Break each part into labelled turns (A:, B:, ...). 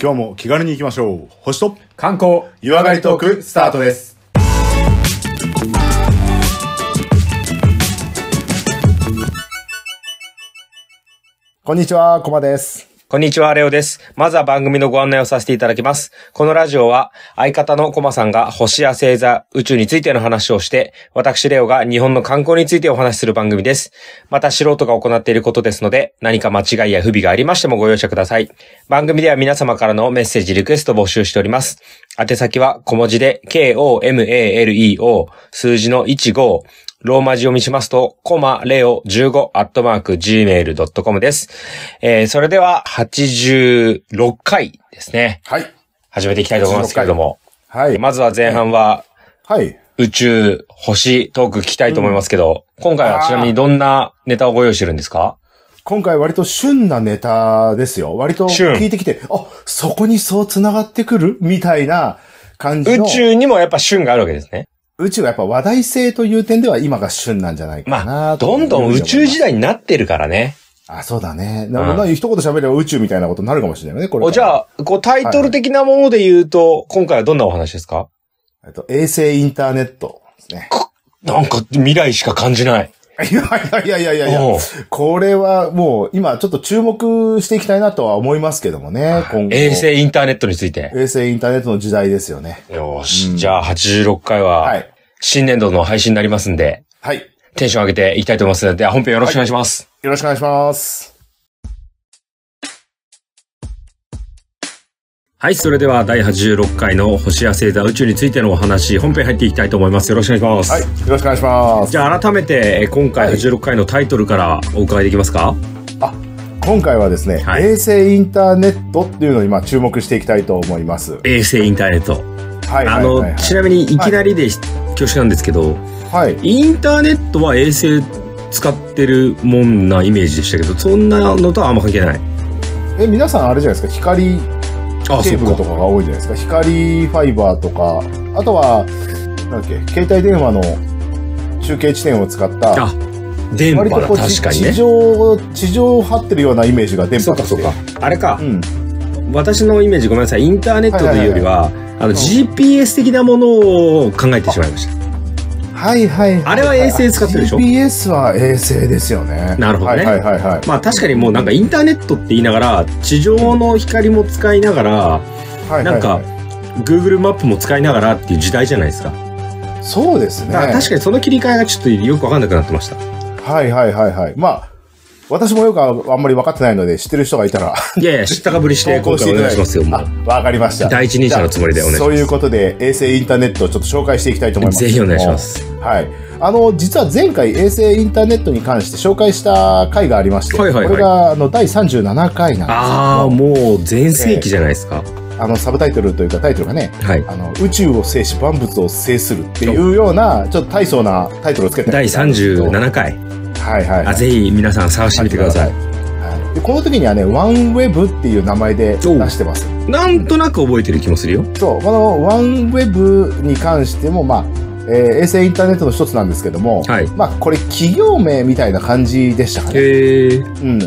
A: 今日も気軽に行きましょう星と
B: 観光
A: 湯上がりトークスタートです
C: こんにちは、コマです。
B: こんにちは、レオです。まずは番組のご案内をさせていただきます。このラジオは、相方のコマさんが星や星座、宇宙についての話をして、私、レオが日本の観光についてお話しする番組です。また、素人が行っていることですので、何か間違いや不備がありましてもご容赦ください。番組では皆様からのメッセージ、リクエストを募集しております。宛先は小文字で、k-o-m-a-l-e-o、数字の15、ローマ字読みしますと、コマレオ15アットマーク gmail.com です。えー、それでは86回ですね。
A: はい
B: 始めていきたいと思いますけれども。
C: はい。
B: まずは前半は
C: はい。
B: 宇宙、星、トーク聞きたいと思いますけど、今回はちなみにどんなネタをご用意してるんですか
C: 今回割と旬なネタですよ。割と
B: 旬
C: 聞いてきて、あ、そこにそう繋がってくるみたいな感じ
B: 宇
C: の。。
B: 宙にもやっぱ旬があるわけですね。
C: 宇宙はやっぱ話題性という点では今が旬なんじゃないか
B: まあ、
C: なと
B: どんどん宇宙時
C: 代。
B: 代になってるからね。
C: あ、そうだね。な
B: うん
C: な一言喋れば宇宙みたいなことになるかもしれないよね、これから。
B: おじゃあ、こうタイトル的なもので言うと、今回はどんなお話ですか
C: えっと、衛星インターネットですね。
B: なんか未来しか感じない。
C: いやいやいやいやいや
B: おう
C: これはもう今ちょっと注目していきたいなとは思いますけどもね、今後。
B: 衛。星インターネットについて。
C: 衛星インターネットの時代ですよね。
B: よーし、じゃあ86回
C: は、
B: はい新年度の配信になりますんで、
C: はい。
B: テンション上げていきたいと思いますので、では本編よろしくお願いします。
C: よろしくお願いします。
B: はい、それでは第86回の星や星座宇宙についてのお話、本編入っていきたいと思います。よろしくお願いします。
C: はい。よろしくお願いします。
B: じゃあ改めて、えー今回
C: はい
B: 86回のタイトルからお伺いできますか、
C: 今回はですね、
B: はい
C: 衛星インターネットっていうのにまあ注目していきたいと思います。はい
B: 衛星インターネット。
C: はい
B: あ
C: はい、
B: の、
C: はい。
B: ちなみにいきなりで恐縮なんですけど、
C: はい。
B: インターネットは衛星使ってるもんなイメージでしたけど、そんなのとはあんま関係ない。
C: え、皆さんあれじゃないですか、光
B: あ
C: ケーブルとかが多いじゃないですか。光ファイバーとか、あとは、なんだっけ、携帯電話の中継地点を使った、
B: あ、電波
C: 割と
B: だ、
C: こう
B: 確かに
C: 地
B: ね。
C: 上、地上を張ってるようなイメージが電波として。
B: そうかあれか
C: う、ん。
B: 私のイメージごめんなさい、インターネットというよりは、あの、GPS 的なものを考えてしまいました。
C: はいはいはい。
B: あれは衛星使ってるでしょ
C: ?GPS は衛星ですよね。
B: なるほどね
C: はいはいはいはい。
B: まあ確かにもうなんかインターネットって言いながら、地上の光も使いながら、
C: はいはいはい
B: なんか Google マップも使いながらっていう時代じゃないですか。
C: そうですね。
B: だから確かにその切り替えがちょっとよくわかんなくなって ました。
C: はいはいはいはい。まあ、私もよくああんまり分かってないので、知ってる人がいたら、
B: いやいや、知ったかぶりして
C: 投
B: 今
C: 稿して
B: 回
C: い
B: お
C: ただ
B: 願い
C: い
B: してますよ、も
C: あ
B: う。、
C: わかりました。
B: 第一人者のつもりでお願いします
C: じゃあそういうことで、衛星インターネットをちょっと紹介していきたいと思います。
B: ぜひお願いしま。す。
C: はい。あの、実は前回衛星インターネットに関して紹介した回がありまして、
B: はいはいはい
C: これが、あの、第37回な
B: あ
C: ん
B: あ、
C: です
B: もう全盛期じゃないですか。
C: けど、あの、サブタイトルというかタイトルがね、
B: はい。
C: あの、宇宙を制し万物を制するっていうような、ちょっと大層なタイトルをつけて
B: 第37回。
C: はいはい、は
B: あ、
C: い。
B: ぜひ皆さん探してみてください。
C: はい、でこの時にはね、ワンウェブっていう名前で出してます。
B: なんとなく覚えてる気もするよ。
C: そう、このワンウェブに関しても、まあ、えー衛星インターネットの一つなんですけども、
B: はい。
C: まあ、これ企業名みたいな感じでしたかね。
B: へえ。
C: うん。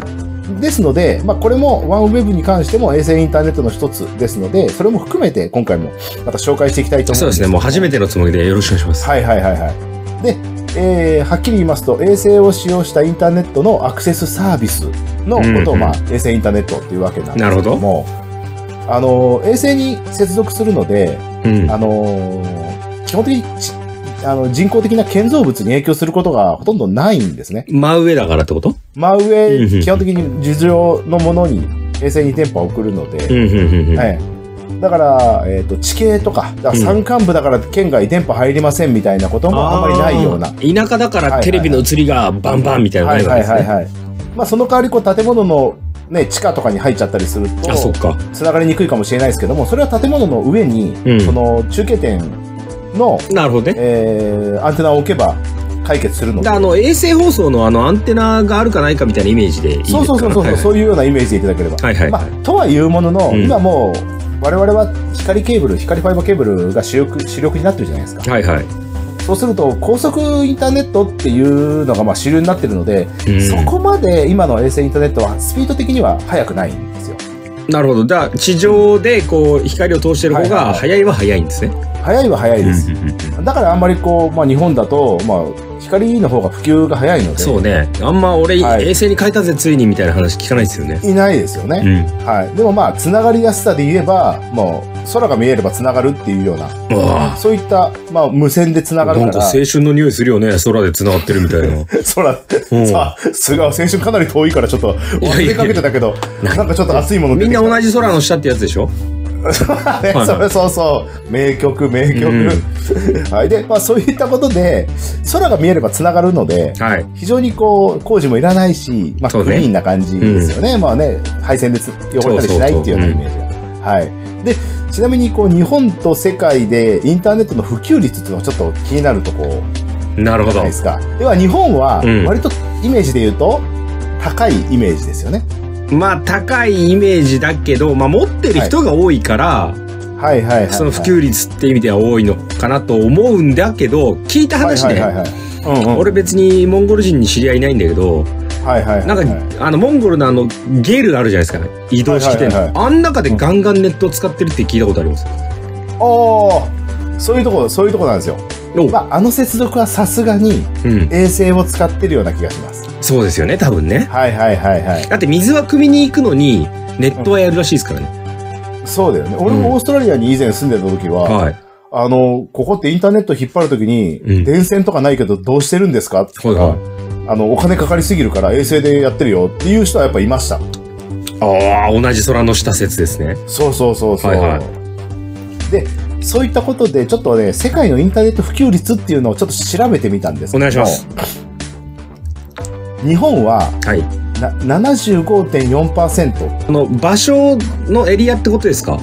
C: ですので、まあ、これもワンウェブに関しても衛星インターネットの一つですので、それも含めて今回もまた紹介していきたいと思
B: そううん
C: です
B: です
C: け
B: ね。
C: ど
B: もう初めてのつもりでよろしくお願いします。
C: はいはいはいはい。で、えーはっきり言いますと、衛星を使用したインターネットのアクセスサービスのことを、
B: うんうん
C: まあ、衛星インターネットっていうわけなんですけども、あの、衛星に接続するので、
B: うん。
C: あのー基本的にちあの人工的な建造物に影響することがほとんどないんですね。
B: 真上だからってこと
C: 真
B: うんうん
C: 上、基本的に事情のものに衛星に電波を送るので、
B: ん、うん、うん。
C: はいだから、えーと地形とか、だから山間部だから県外電波入りませんみたいなこともあんまりないような。
B: ー田舎だからテレビの映りがバンバンみたいなの
C: は
B: ないいわ
C: はい
B: けです
C: はい
B: ね。
C: はい。まあその代わりこう建物のね、地下とかに入っちゃったりする
B: あ、そっ
C: と、
B: か。
C: つながりにくいかもしれないですけども、それは建物の上に、
B: うん
C: その中継点の、
B: なるほどね。
C: えーアンテナを置けば解決するので
B: だ。あの、衛星放送のあの、アンテナがあるかないかみたいなイメージでいいですか
C: そうそうそうそう、
B: はい
C: そういうようなイメージでいただければ。
B: はいはい。
C: まあ、とはいうものの、
B: うん
C: 今もう、我々は光ケーブル、光ファイバーケーブルが主力主力になってるじゃないですか。
B: はいはい。
C: そうすると、高速インターネットっていうのがまあ主流になってるので、
B: うん
C: そこまで今の衛星インターネットはスピード的には速くないんですよ。
B: なるほど。じゃあ、地上でこう、光を通してる方
C: はいはいは
B: が
C: い
B: 早いは早いんですね。
C: 早いは早いです。だからあんまりこう、まあ日本だと、まあ光の方が普及が早いので、
B: そうね。あんま俺、
C: はい
B: 衛星に変えたぜ、ついにみたいな話聞かないですよね。
C: いないですよね。はい。でもまあ、つながりやすさで言えば、もう空が見えればつながるっていうような、
B: うわ
C: そういった、まあ無線でつながる
B: なん
C: か、
B: から青春の匂いするよね。空で繋がってるみたいな。
C: 空って、
B: うん
C: さあ、菅は先週かなり遠いからちょっと忘れかけてたけど、
B: や
C: なんかちょっと熱いもの出
B: みん
C: てき
B: な
C: た。
B: 同じ空の下ってやつでしょ
C: ね
B: はい
C: それそうそう名曲名曲、 はいで、まあ、そういったことで空が見えればつながるので
B: はい。
C: 非常にこう工事もいらないし、まあ、
B: そう
C: ク
B: ね
C: リーンな感じですよねまあね配線でつ汚れたりしないっていうようなイメージがはいでちなみにこう日本と世界でインターネットの普及率っていうのがちょっと気になるとこ
B: なるほ
C: じゃ
B: ど
C: ない。ですかでは日本は
B: うん
C: 割とイメージで言うと高いイメージですよね、
B: まあ、高いイメージだけど、まあ、持ってる人が多いから、
C: はい、はいはいはい
B: その普及率って意味では多いのかなと思うんだけど、聞いた話ね、
C: はいはいはいはいうんうん
B: 俺別にモンゴル人に知り合いいないんだけど、
C: はいはいはい
B: なんか、あの、モンゴルのあの、ゲルあるじゃないですか、移動式店、
C: はいはいはい
B: あん中でガンガンネットを使ってるって聞いたことあります。
C: おおそういうとこそういうとこなんですよ、
B: お
C: まあ、あの接続はさすがに
B: うん。
C: 衛星を使ってるような気がします
B: そうですよね、多分ね。
C: はいはいはいはい
B: だって水は汲みに行くのに、ネットはやるらしいですからね。
C: そうだよね俺もオーストラリアに以前住んでた時は、
B: はい。
C: あのここってインターネット引っ張る時に、
B: うん
C: 電線とかないけどどうしてるんですかって
B: はいはい
C: あのお金かかりすぎるから衛星でやってるよっていう人はやっぱいました
B: ああ、同じ空の下説ですね。
C: そうそうそうそう、
B: はいは
C: でそういったことでちょっとね世界のインターネット普及率っていうのをちょっと調べてみたんですけど
B: お願いします
C: 日本は
B: はい。
C: な75.4%。
B: この場所のエリアってことですか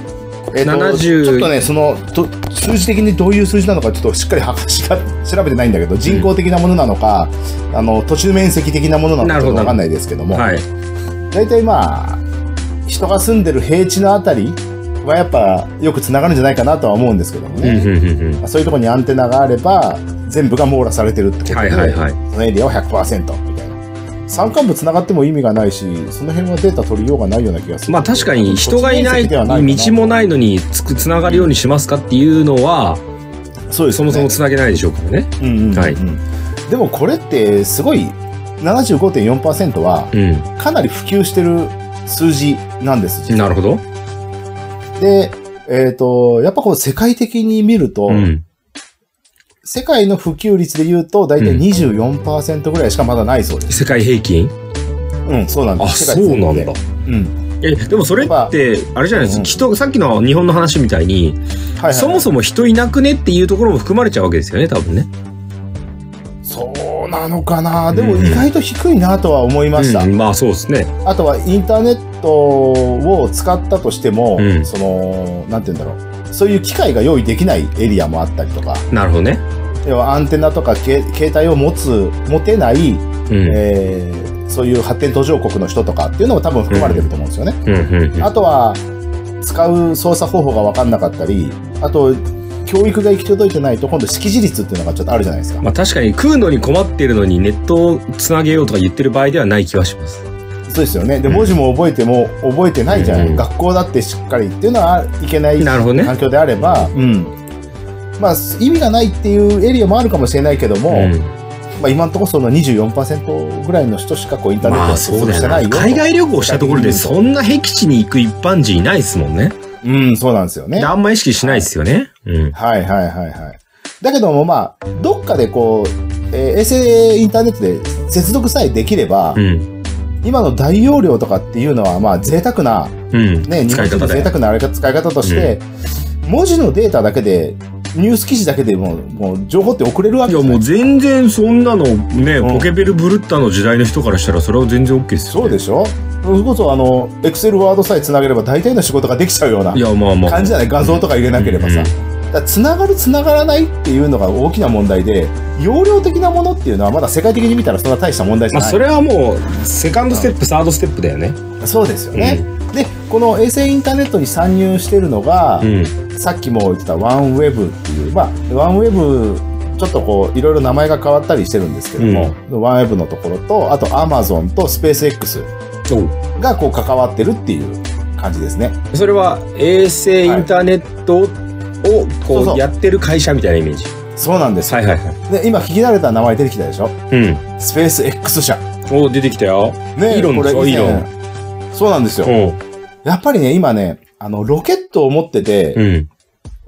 C: えっと
B: 70
C: ちょっとね、そのど数字的にどういう数字なのか、ちょっとしっかりは しか調べてないんだけど、人口的なものなのか、あの土地面積的なものなの
B: な
C: か、ち
B: るほ
C: ょ
B: ど
C: っとわかんないですけども、
B: はい。
C: 大体まあ、人が住んでる平地のあたりはやっぱよくつながるんじゃないかなとは思うんですけども
B: うん
C: ね、
B: うんうんうん
C: まあそういうところにアンテナがあれば、全部が網羅されてるってことで、
B: はいはいはい
C: そのエリアは100%みたいな。山間部つながっても意味がないし、その辺はデータ取りようがないような気がする。
B: まあ確かに人がいな
C: 土地面積
B: い、
C: ではないかな
B: 道もないのにつく、つながるようにしますかっていうのは、
C: そうで
B: そもそもつなげないでしょうからね。
C: うんうん
B: はい
C: うんでもこれってすごい75.4%は
B: う
C: かなり普及してる数字なんです
B: ん。
C: 実
B: な
C: は
B: るほど。
C: で、えっとやっぱこう世界的に見ると、
B: うん。
C: 世界の普及率で言うと大体
B: うん
C: 24%ぐらいしかまだないそうです、
B: 世界平均
C: うんそうなんで
B: あ、
C: す
B: そ
C: 世界
B: う
C: 全
B: な
C: 体
B: ん
C: で
B: だ。
C: うん
B: え、でもそれって、あれじゃないです
C: う
B: か。
C: ん
B: 人、さっきの日本の話みたいに、
C: はいはい
B: そもそも人いなくねっていうところも含まれちゃうわけですよね、多分ね。
C: そうなのかなでも
B: うん
C: 意外と低いなとは思いました、
B: うんまあそうですね。
C: あとはインターネットを使ったとしても、
B: うん
C: その、なんて言うんだろう。そういう機械が用意できないエリアもあったりとか、
B: なるほどね。
C: 要はアンテナとかけ携帯を持つ、持てない、
B: うん。
C: えーそういう発展途上国の人とかっていうのも多分含まれてると思うんですよね。
B: うんうんうん。
C: あとは、使う操作方法が分かんなかったり、あと、教育が行き届いてないと、今度識字率っていうのがちょっとあるじゃないですか。
B: まあ確かに食うのに困ってるのにネットをつなげようとか言ってる場合ではない気はします。
C: そうですよね。で、
B: うん
C: 文字も覚えても覚えてないじゃない、
B: うん
C: 学校だってしっかりっていうのはいけない
B: なるほどね
C: 環境であれば、うん。まあ、意味がないっていうエリアもあるかもしれないけども、
B: うん
C: まあ今のところその24%ぐらいの人しかこうインターネッ
B: ま
C: ト
B: あ
C: に
B: そ
C: 接
B: う
C: 続
B: だ
C: し
B: よ
C: てない
B: な
C: よと。
B: 海外旅行したところでそんな僻地に行く一般人いないですもんね。
C: うん、そうなんですよね。
B: で
C: は
B: あんま意識しないですよね。うん。
C: いはいはいはい。だけどもまあ、どっかでこう、えー衛星インターネットで接続さえできれば、
B: うん。
C: 今の大容量とかっていうのはまあ贅沢な
B: うん。
C: ね、日
B: 使
C: 本
B: い
C: 人
B: 方
C: の
B: だ
C: 贅
B: よ。
C: 沢なあれが使い方として、文字のデータだけで、ニュース記事だけでもう、もう情報って送れるわ
B: い
C: け
B: や
C: じゃない
B: も
C: う
B: 全然そんなのね、
C: うん
B: ポケベルブルッタの時代の人からしたらそれは全然 OK ですよ、
C: そうでしょそれこそ、あの、エクセルワードさえ繋げれば大体の仕事ができちゃうようない
B: やまあまあ。
C: 感じじゃない画像とか入れなければさ。
B: うん
C: だから繋がる繋がらないっていうのが大きな問題で、容量的なものっていうのはまだ世界的に見たらそんな大した問題じ
B: ま
C: ゃ
B: あ
C: ない。
B: それはもうセカンドステップ、サードステップだよね。
C: そうですよね。で、この衛星インターネットに参入してるのが、
B: うん。
C: さっきも言ってたワンウェブっていう、まあ、ワンウェブ、ちょっとこう、いろいろ名前が変わったりしてるんですけども、ワンウェブのところと、あとアマゾンとスペース X
B: おう
C: がこう関わってるっていう感じですね。
B: それは衛星インターネットを
C: そ
B: こ
C: うそう
B: うやってる会社みたいなイメージ。
C: そうなんですよ。
B: はいはいは
C: で、今聞き慣れた名前出てきたでしょ
B: い。うん。
C: スペース X 社。
B: お出てきたよ。
C: ね
B: イーロンでしょ
C: これ以前
B: イーロ
C: そうなんですよ。
B: う
C: やっぱりね、今ね、あの、ロケットを持って
B: ん。
C: て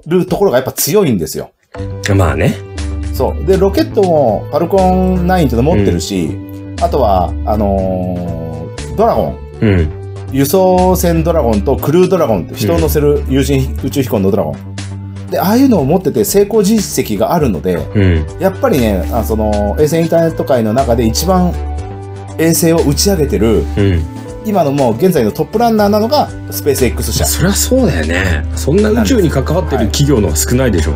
B: う
C: るところがやっぱ強いんですよ。
B: ん。まあね。
C: そう。で、ロケットもパルコン9っていうの持ってるし、あとは、あのードラゴン。
B: うん。
C: 輸送船ドラゴンとクルードラゴンって人を乗せる有人宇宙飛行のドラゴン。で、ああいうのを持ってて成功実績があるので、
B: うん。
C: やっぱりね、あその、衛星インターネット界の中で一番衛星を打ち上げてる、
B: うん。
C: 今のもう現在のトップランナーなのがスペース X 社。
B: そりゃそうだよね。そんな宇宙に関わってる企業の方が少ないでしょ。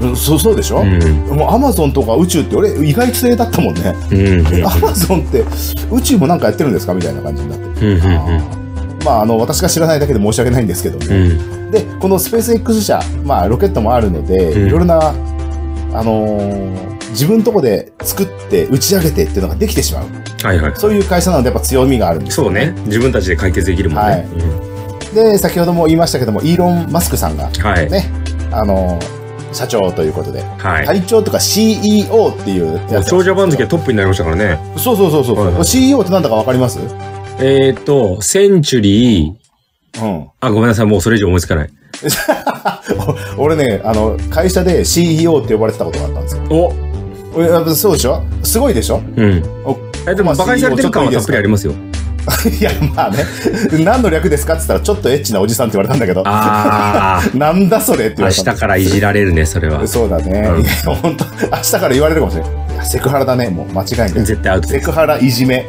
C: うん、そう、そうでしょ、
B: うん。
C: もうアマゾンとか宇宙って俺意外性だったもんね。
B: うん。
C: えアマゾンって宇宙もなんかやってるんですかみたいな感じになって。
B: うん。うん。
C: まあ、あの、私が知らないだけで申し訳ないんですけど、
B: うん。うん。
C: で、このスペース X 社、まあ、ロケットもあるので、
B: うん
C: いろいろな、あのー自分とこで作って、打ち上げてっていうのができてしまう。
B: はいはい。
C: そういう会社なので、やっぱ強みがあるんです。
B: そうね。自分たちで解決できるもんね。
C: はい
B: うん
C: で、先ほども言いましたけども、イーロン・マスクさんが、
B: はい。
C: ね、あのー社長ということで、
B: はい。
C: 会長とか CEO っていうやつ。
B: 長者番付トップになりましたからね。
C: そうそうそうそう。
B: はいはい
C: CEO ってなんだかわかりますうん。
B: えっ、ー、と、センチュリー、あ、ごめんなさい、もうそれ以上思いつかない。
C: 俺ね、あの、会社で CEO って呼ばれてたことがあったんですよ。
B: お
C: えやっぱそうでしょすごいでしょ
B: うん。
C: お
B: え、でも、馬鹿にされてる感はたっぷりありますよ。
C: いや、まあね、何の略ですかって言ったら、ちょっとエッチなおじさんって言われたんだけど、
B: ああ、
C: なんだそれって言
B: 明
C: われ
B: 日
C: た。
B: からいじられるね、それは。
C: そうだね。
B: うん
C: いや、本当明日から言われるかもしれない。いや、セクハラだね、もう間違いない。
B: 絶対アウト
C: セ
B: です。
C: クハラ、いじめ。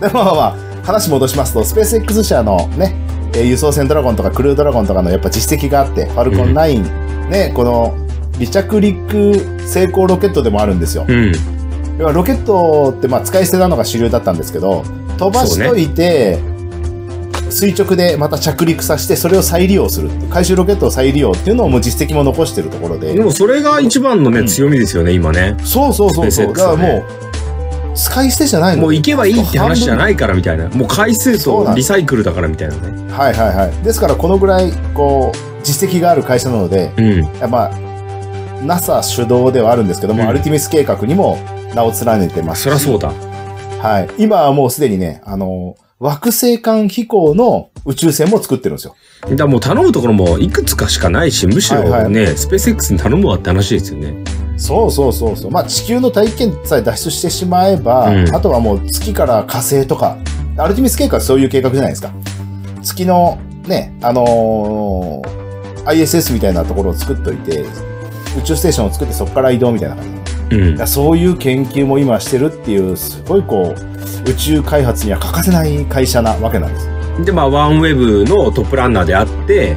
C: でもまあまあ、話戻しますと、スペース X 社のね、えー輸送船ドラゴンとかクルードラゴンとかのやっぱ実績があって、ファルコン9、ね、この、離着陸成功ロケットでもあるんですよ。
B: うん。
C: 要はロケットってまあ使い捨てなのが主流だったんですけど飛ばしといて、垂直でまた着陸させてそれを再利用するっていう回収ロケットを再利用っていうのをもう実績も残してるところで
B: でも、それが一番のね、
C: うん
B: 強みですよね、今ね。
C: そうそうそうそう、
B: SpaceX
C: だから
B: は
C: もう使い捨てじゃないの
B: もう行けばいいって話じゃないからみたいな。もう回数
C: そうな
B: と
C: ん
B: リ
C: で
B: サイクルだからみたいなね。
C: はいはいはいですからこのぐらいこう実績がある会社なので
B: うん。
C: まあ NASA 主導ではあるんですけども、
B: うん
C: アルティミス計画にも名を連ねてますし
B: そりゃそうだ。
C: はい。今はもうすでにね、あの、惑星間飛行の宇宙船も作ってるんですよ。
B: だからもう頼むところもいくつかしかないし、むしろね、
C: はい
B: スペース X に頼むわって話ですよね。
C: そうそうそうそう。まあ地球の大気圏さえ脱出してしまえば、
B: うん
C: あとはもう月から火星とか、アルティミス計画はそういう計画じゃないですか。月のね、あのー ISS みたいなところを作っといて、宇宙ステーションを作ってそこから移動みたいな感じ。
B: うん
C: だか。らそういう研究も今してるっていう、すごいこう、宇宙開発には欠かせない会社なわけなんです。
B: で、まあ、ワンウェブのトップランナーであって、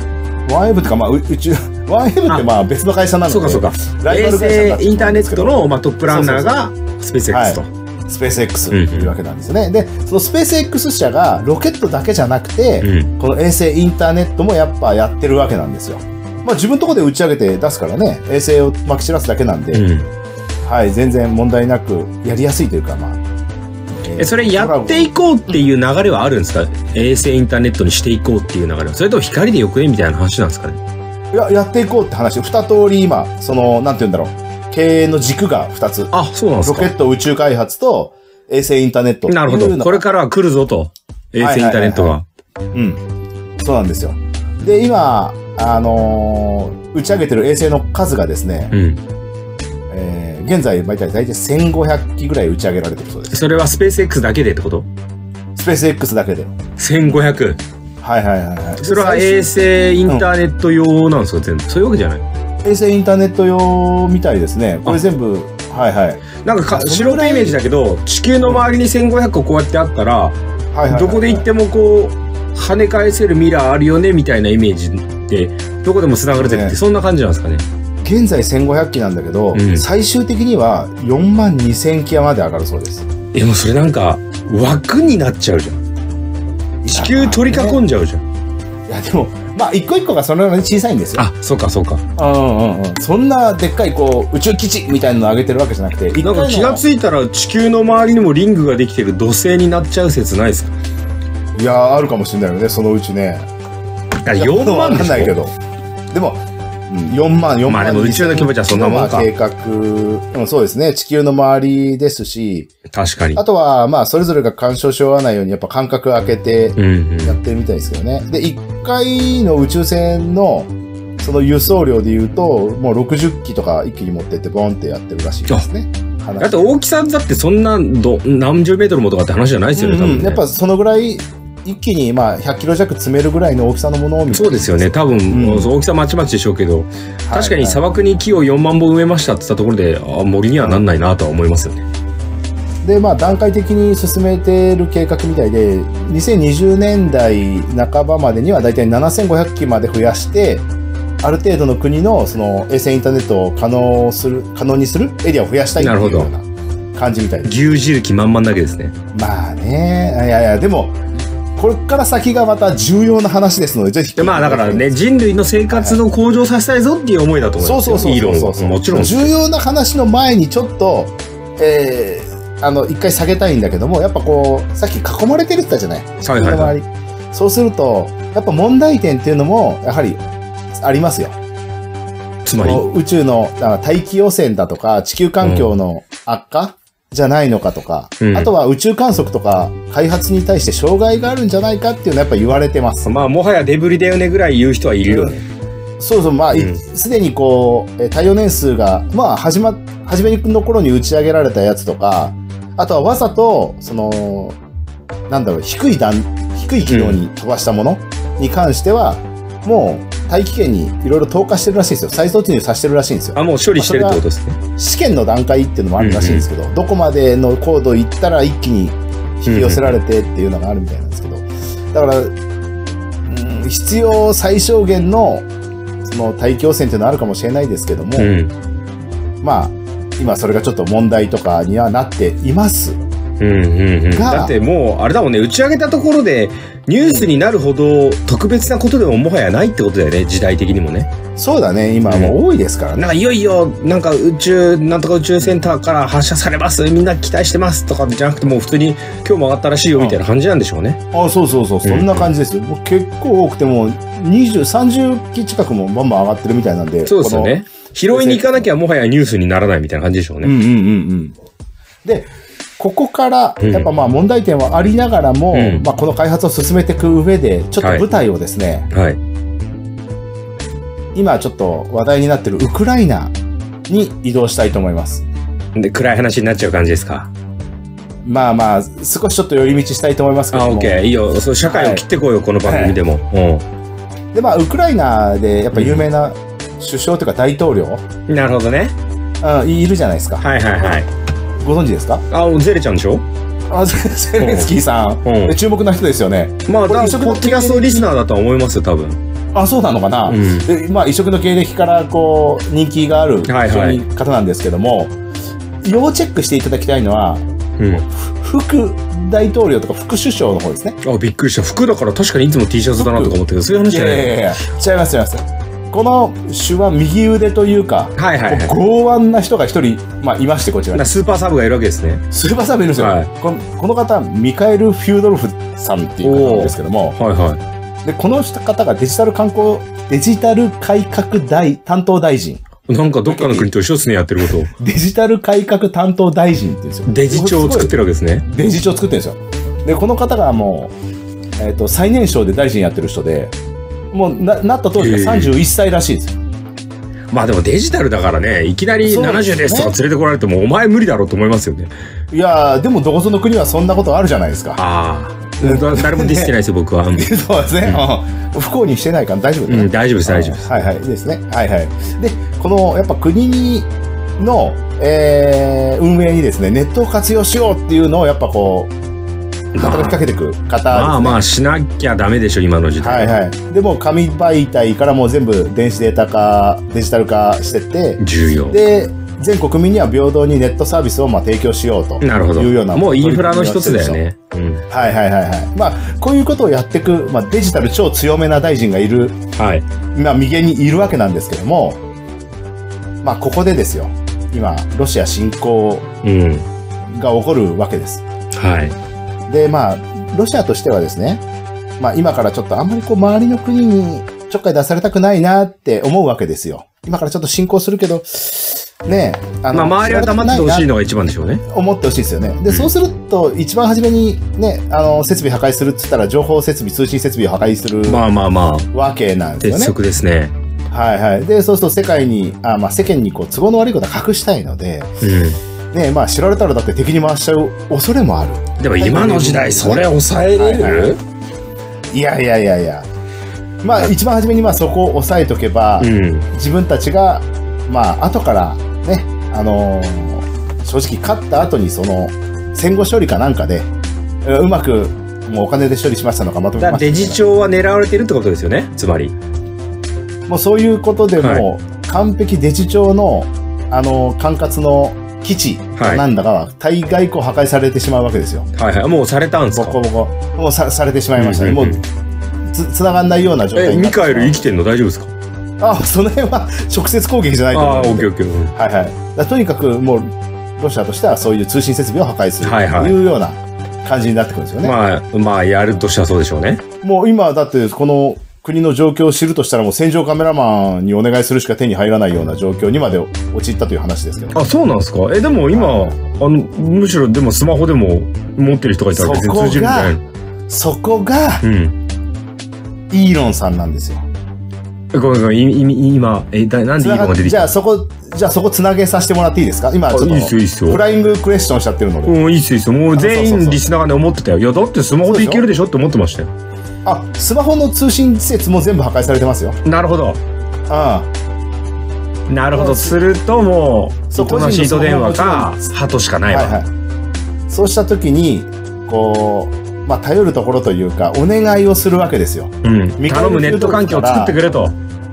C: ワンウェブとか、まあ、う宇宙、ワンウェブってまあ別の会社なので、
B: そうかそうか。
C: ライ
B: 衛
C: バル会社になってしまうんですけ
B: 星
C: ど
B: インターネットの、まあ、トップランナーがスペース X と。
C: スペース X
B: う
C: と
B: んうん
C: いうわけなんですよね。で、そのスペース X 社がロケットだけじゃなくて、
B: うん。
C: この衛星インターネットもやっぱやってるわけなんですよ。まあ自分のとこで打ち上げて出すからね、衛星をまき散らすだけなんで、
B: うん。
C: はい、全然問題なくやりやすいというか、まあ。え
B: え、それやっていこうっていう流れはあるんですか衛星インターネットにしていこうっていう流れは。それとも光でよくねみたいな話なんですかね
C: いや、やっていこうって話、二通り今、その、なんて言うんだろう、経営の軸が二つ。
B: あ、そうなんです
C: ロケ
B: か
C: ット宇宙開発と衛星インターネットっていう
B: な
C: の
B: る
C: が
B: ほど。これからは来るぞと。衛星インターネット
C: は
B: が。
C: うん。そうなんですよ。で、今、あのー打ち上げてる衛星の数がですね、
B: うん。
C: えー現在、大体大体1500機ぐらい打ち上げられてるそうです。
B: それはスペース X だけでってこと
C: スペース X だけで。
B: ?1500。
C: はいはいはい、はい。
B: それは
C: 最終
B: 衛星インターネット用なんですか全部。そういうわけじゃない
C: 衛星インターネット用みたいですね。こ
B: あ
C: れ全部、はいはい。
B: なんかか
C: そ
B: 素
C: の
B: 人
C: ぐらい
B: イメージだけど、地球の周りに1500個こうやってあったら、
C: はいはいはい
B: どこで行ってもこう跳ね返せるミラーあるよねみたいなイメージでどこでも繋がれてるって
C: ね
B: そんな感じなんですかね。
C: 現在1500機なんだけど、
B: うん
C: 最終的には4万2000機まで上がるそうです。
B: でもそれなんか枠になっちゃうじゃん。地球取り囲んじゃうじゃん。
C: いや、でも、まあ、一個一個がそれなりに小さいんですよ。
B: あ、そうかそうか。
C: うんうんうん、そんなでっかいこう宇宙基地みたいなの上げてるわけじゃなくて、一
B: な
C: 回
B: んか
C: の
B: 気がついたら地球の周りにもリングができてる土星になっちゃう説ないですか。
C: いいやーあるかもしれないよねそのうちね
B: や4
C: わか
B: 万で
C: ん
B: し
C: ないけ
B: ょ
C: どでも、うん、4万4万
B: まあでも宇宙の規模じゃそんなもんか
C: まあ計画、うん、そうですね地球の周りですし
B: 確かに
C: あとはまあそれぞれが干渉し合わないようにやっぱ間隔空けて
B: うん
C: やってるみたいですけどね。で、1回の宇宙船の、その輸送量で言うと、もう60機とか一気に持ってって、ボンってやってるらしいですね。
B: うん、
C: 話
B: だって大きさだってそんなど何十メートルもとかって話じゃないですよね多
C: うんうん
B: 分ね
C: やっぱそのぐらい、一気にまあ100キロ弱詰めるぐらいの大きさのものを見
B: そうですよね。多分、
C: ん
B: 大きさまちまちでしょうけど、確かに砂漠に木を4万本植えましたって言ったところで、あ森にはなんないなとは思いますよね。
C: で、まあ段階的に進めてる計画みたいで、2020年代半ばまでには大体7500機まで増やして、ある程度の国のその衛星インターネットを可能する、可能にするエリアを増やしたいっていうような感じみたいです。
B: 牛耳る気満々なわけですね。
C: まあね、いやいや、でも、これから先がまた重要な話ですので、ぜひ。
B: でまあだからね、、人類の生活の向上させたいぞっていう思いだと思い
C: そ
B: ま
C: う
B: す
C: そ
B: よ。
C: うそうそうそうそう。
B: もちろん。
C: 重要な話の前にちょっと、えー、あの、一回下げたいんだけども、やっぱこう、さっき囲まれてるって言ったじゃない。
B: はいはいはい。
C: 身の回りそうすると、やっぱ問題点っていうのも、やはり、ありますよ。
B: つまり、
C: こう宇宙のあ大気汚染だとか、地球環境の悪化、じゃないのかとか、
B: うん
C: あとは宇宙観測とか開発に対して障害があるんじゃないかっていうのはやっぱ言われてます。
B: まあもはやデブリだよねぐらい言う人はいるよね。
C: そうそう、まあ、
B: う
C: い
B: ん
C: すでにこう、えー耐用年数が、まあ、始ま、初めの頃に打ち上げられたやつとか、あとはわざと、その、なんだろう、低い段、低い軌道に飛ばしたものに関しては、もう、大気圏にいろいろ投下してるらしいんですよ。再突入させてるらしいんですよ。
B: あ、もう処理してるってことですね。
C: 試験の段階っていうのもあるらしいんですけど、どこまでの高度行ったら一気に引き寄せられてっていうのがあるみたいなんですけど、だから、うん、必要最小限のその大気汚染っていうのはあるかもしれないですけども、
B: うん。
C: まあ、今それがちょっと問題とかにはなっています。
B: うんうんうん。
C: が
B: だってもう、あれだもんね、打ち上げたところでニュースになるほど特別なことでももはやないってことだよね、時代的にもね。
C: そうだね、今もう多いですからね。
B: なんかいよいよなんか宇宙なんとか宇宙センターから発射されますみんな期待してますとかじゃなくてもう普通に今日も上がったらしいよみたいな感じなんでしょうね。
C: あそうそうそう、そんな感じですよ。もう結構多くても、20、30機近くもバンバン上がってるみたいなんで、
B: そうですよね。拾いに行かなきゃもはやニュースにならないみたいな感じでしょう
C: うん
B: ね。
C: うんうんうん。で、ここから、
B: うん
C: やっぱまあ問題点はありながらも、
B: うん
C: まあこの開発を進めていく上で、ちょっと
B: はい
C: 舞台をですね、
B: はい。
C: 今ちょっと話題になってるウクライナに移動したいと思います。
B: で暗い話になっちゃう感じですか。
C: まあまあ、少しちょっと寄り道したいと思いますけ
B: あ
C: ど
B: オッ
C: も。
B: ケーいいよ。そう社会を切ってこいよ、この番組でも。
C: で、まあウクライナでやっぱ有名な首相というか大統領、
B: うん。なるほどね。
C: うん、いるじゃないですか。
B: はいはいはい。
C: ご存知ですか
B: あもうずれちゃうんでしょ。
C: あ、ゼゼレンスキーさん。
B: うん
C: 注目な人ですよね。
B: まあ
C: これ
B: 多
C: 移
B: 分
C: 植
B: ポ
C: の
B: ッドキャストリスナーだとは思いますよ多分。
C: あ、そうなのかな、
B: うん
C: でまあ、異色の経歴からこう人気がある
B: はいはい
C: 非常に方なんですけども、要チェックしていただきたいのは、
B: うん。
C: 副大統領とか副首相の方ですね。
B: あびっくりした。服だから確かにいつも T シャツだなとか思ったけどそういう話
C: い
B: じゃない。
C: やいやいや、違います、違います。この手は右腕というか、
B: はいはいはい。
C: 剛腕な人が一人、まあ、いまして、こちらに
B: な。スーパーサブがいるわけですね。
C: スーパーサーブいるんですよ、
B: はい
C: この。この方、ミカエル・フュードルフさんっていう方なんですけども、
B: はいは
C: でこの方がデジタル観光、デジタル改革大担当大臣。
B: い。なんかどっかの国と一緒ですね、やってること。
C: デジタル改革担当大臣って言うんですよ。
B: デジ帳を作って
C: る。
B: るわけですね。
C: デジ庁作ってるんですよ。で、この方がもう、えっ、と、最年少で大臣やってる人で、もうな、なった当時が
B: へえ
C: 31歳らしいですよ。
B: まあでもデジタルだからね、いきなり
C: そうですね
B: 70ですとか連れてこられても、お前無理だろうと思いますよね。
C: いやー、でもどこぞの国はそんなことあるじゃないですか。
B: ああ。だ誰もディスってな いですよ、僕は。うん
C: そうですね。うん不幸にしてないから大丈夫です
B: う
C: ね
B: ん、大丈夫です、大丈夫です。
C: はいはい。ですね。はいはい。で、この、やっぱ国に、の、えー、運営にですね、ネットを活用しようっていうのを、やっぱこう、働きかけていく方ですね。
B: まあまあ、しなきゃダメでしょ、今の時
C: はい
B: 代。
C: はい。でもう紙媒体からもう全部電子データ化、デジタル化してって、
B: 重要。
C: で、全国民には平等にネットサービスをまあ提供しようと
B: なるほど。
C: いうような。
B: もうインフラの一つだよ。ね。うん。
C: はいはいはいはい。まあ、こういうことをやっていく、まあデジタル超強めな大臣がいる、
B: はい。
C: まあ右にいるわけなんですけども、まあここでですよ。今、ロシア侵攻
B: うん。
C: が起こるわけです。
B: はい。
C: で、まあ、ロシアとしてはですね、まあ今からちょっとあんまりこう周りの国にちょっかい出されたくないなって思うわけですよ。今からちょっと進行するけど、ねえ、あ
B: まあ、周りは黙っててほしい
C: な
B: のが一番でしょうね。
C: 思ってほしいですよね。で、
B: うん
C: そうすると、一番初めにね、あの、設備破壊するっつったら、情報設備、通信設備を破壊する
B: まあまあまあ、
C: わけなんですよ
B: 鉄
C: ね。
B: 則ですね。
C: はいはい。で、そうすると世界に、あまあ世間にこう、都合の悪いことは隠したいので、ね、まあ知られたらだって敵に回しちゃう恐れもある。
B: うん。でも今の時代、それ抑えれる、
C: はいはいいやいやいやいや。まあ一番初めにまあそこを抑えとけば、
B: うん。
C: 自分たちが、まあ後からね、あのー正直勝った後にその、戦後処理かなんかで、えうまく、もうお金で処理しましたのかまとめま
B: だから
C: した
B: デジ
C: の
B: 庁は狙われてるってことですよね、つまり。
C: かもうそういうことで
B: はい
C: もう、完璧デジ庁の、あのー管轄の基地
B: はい
C: なんだが、対外こう破壊されてしまうわけですよ。
B: はいはい。もうされたんです
C: ボ
B: か
C: コボコ。もうさされてしまいましたね。
B: うんうんうん
C: もうつ、つながんないような状態
B: え、
C: にな
B: ミ
C: ってしま
B: カ
C: う
B: エル生きてんの大丈夫ですか
C: あ、その辺は直接攻撃じゃないと
B: ああ
C: 思う
B: ー、オ
C: ん
B: ッ
C: で
B: ケーオッケー。
C: はいはい。だからとにかくもう、ロシアとしてはそういう通信設備を破壊すると
B: はいはい
C: いうような感じになってくるんですよね。
B: まあ、まあ、やるとしたらそうでしょうね。
C: もう今だってこの国の状況を知るとしたらもう戦場カメラマンにお願いするしか手に入らないような状況にまで陥ったという話ですけど。
B: あ、そうなんですかえ、でも今、あの、むしろでもスマホでも持ってる人がいたら別に通じるみたいな。
C: そこが
B: うん。
C: イーロンさんなんですよ。
B: えごめんごめん、いい今、え、だなんで今が出てき
C: じ
B: た
C: ゃあそこ、じゃあそこつなげさせてもらっていいですか今ちょっ
B: あいいっすよ、
C: と
B: いいっす
C: フ
B: よ。
C: ライングクエスチョンしちゃってるので。
B: うん、いいっすよ、いいっすよ。もう
C: そう
B: 全
C: そうそ
B: 員
C: う
B: リスナーがね、思ってたよ。いや、だってスマホでいけるでしょって思ってましたよ。
C: あ、スマホの通信施設も全部破壊されてますよ。
B: なるほど。
C: あ
B: なるほど。するともう、
C: そう
B: おとなしい糸電話か
C: 個人のスマホもち、
B: ハトしかな
C: あ、
B: い
C: はい
B: わ。
C: はい。そうした時に、こう、まあ、頼るところというか、お願いをするわけですよ。
B: うん。
C: ミカエル
B: 頼むネット環境を作ってくれと。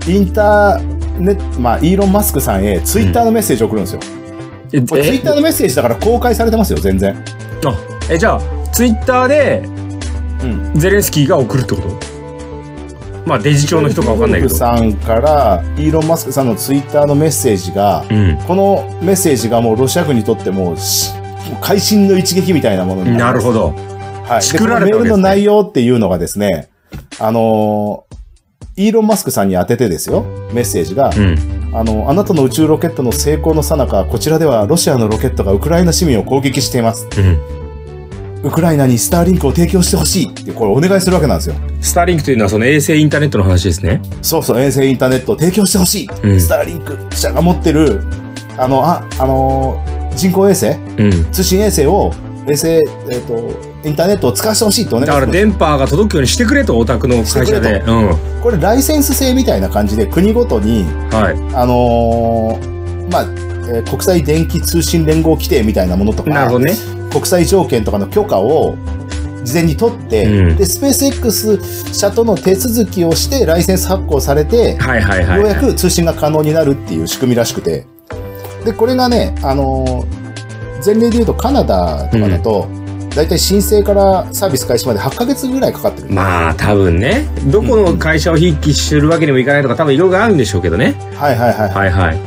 C: インターネット、まあ、イーロン・マスクさんへ、ツイッターのメッセージを送るんですよ。
B: え、
C: これツイッターのメッセージだから公開されてますよ、全然。
B: あえ、じゃあ、ツイッターで、
C: うん。
B: ゼレンスキーが送るってことまあデジ庁の人かわかんないけど。
C: さんから、イーロン・マスクさんのツイッターのメッセージが、
B: う
C: このメッセージがもうロシア軍にとってもうし、もう会心の一撃みたいなものに
B: ん。な
C: る
B: るほど。
C: はい。で、
B: 作
C: こ
B: ら
C: の
B: れ
C: メ
B: た
C: ー
B: わ
C: ル
B: けですね
C: の内容っていうのがですね、あのーイーロン・マスクさんに当ててですよ、メッセージが、
B: うん。
C: あの、あなたの宇宙ロケットの成功の最中、こちらではロシアのロケットがウクライナ市民を攻撃しています。
B: うん。
C: ウクライナにスターリンクを提供してほしいって、これお願いするわけなんですよ。
B: スターリンクというのはその衛星インターネットの話ですね。
C: そうそう、衛星インターネットを提供してほしい、
B: うん
C: スターリンク社が持ってる、あの、あ、あのー人工衛星
B: うん。
C: 通信衛星を、衛星、えっ、と、インターネットを使わせてほしいってお願
B: だ
C: いす
B: か
C: るん
B: ら
C: ですよ
B: 電波が届くようにしてくれと、オタクの会社で。
C: してくれ
B: うん。
C: これライセンス制みたいな感じで国ごとに、
B: は
C: あのーまあ、えー国際電気通信連合規定みたいなものと
B: い。
C: か、
B: なるほどね。
C: 国際条件とかの許可を事前に取って、
B: うん
C: で、スペース X 社との手続きをして、ライセンス発行されて、
B: はいはいはい。
C: ようやく通信が可能になるっていう仕組みらしくて。で、これがね、あのー前例で言うとカナダとかだと、だいたい申請からサービス開始まで8ヶ月ぐらいかかってる。
B: まあ多分ね、どこの会社をひいきするわけにもいかないとか多分いろいろあるんでしょうけどね。
C: はいはいはい。
B: はいはい。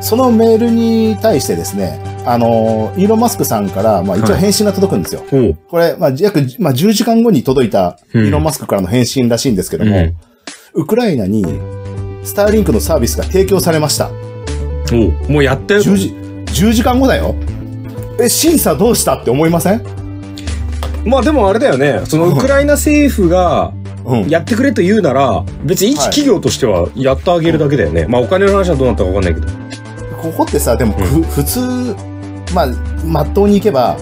C: そのメールに対してですね、あのーイーロン・マスクさんから、まあ一応
B: はい
C: 返信が届くんですよ。
B: おう。
C: これ、まあ約、まあ10時間後に届いたイ
B: うん
C: ーロン・マスクからの返信らしいんですけども、
B: うん
C: ウクライナにスターリンクのサービスが提供されました。
B: おうもうやったよ。
C: 10時、10時間後だよ。え、審査どうしたって思いません
B: まあでもあれだよね、そのウクライナ政府が、
C: うん。
B: やってくれと言うなら、別に一企業としてはやってあげるだけだよね。まあお金の話はどうなったかわかんないけど。
C: ここってさ、でも、ふ
B: う
C: 普通、まあ、まっとうに行けば、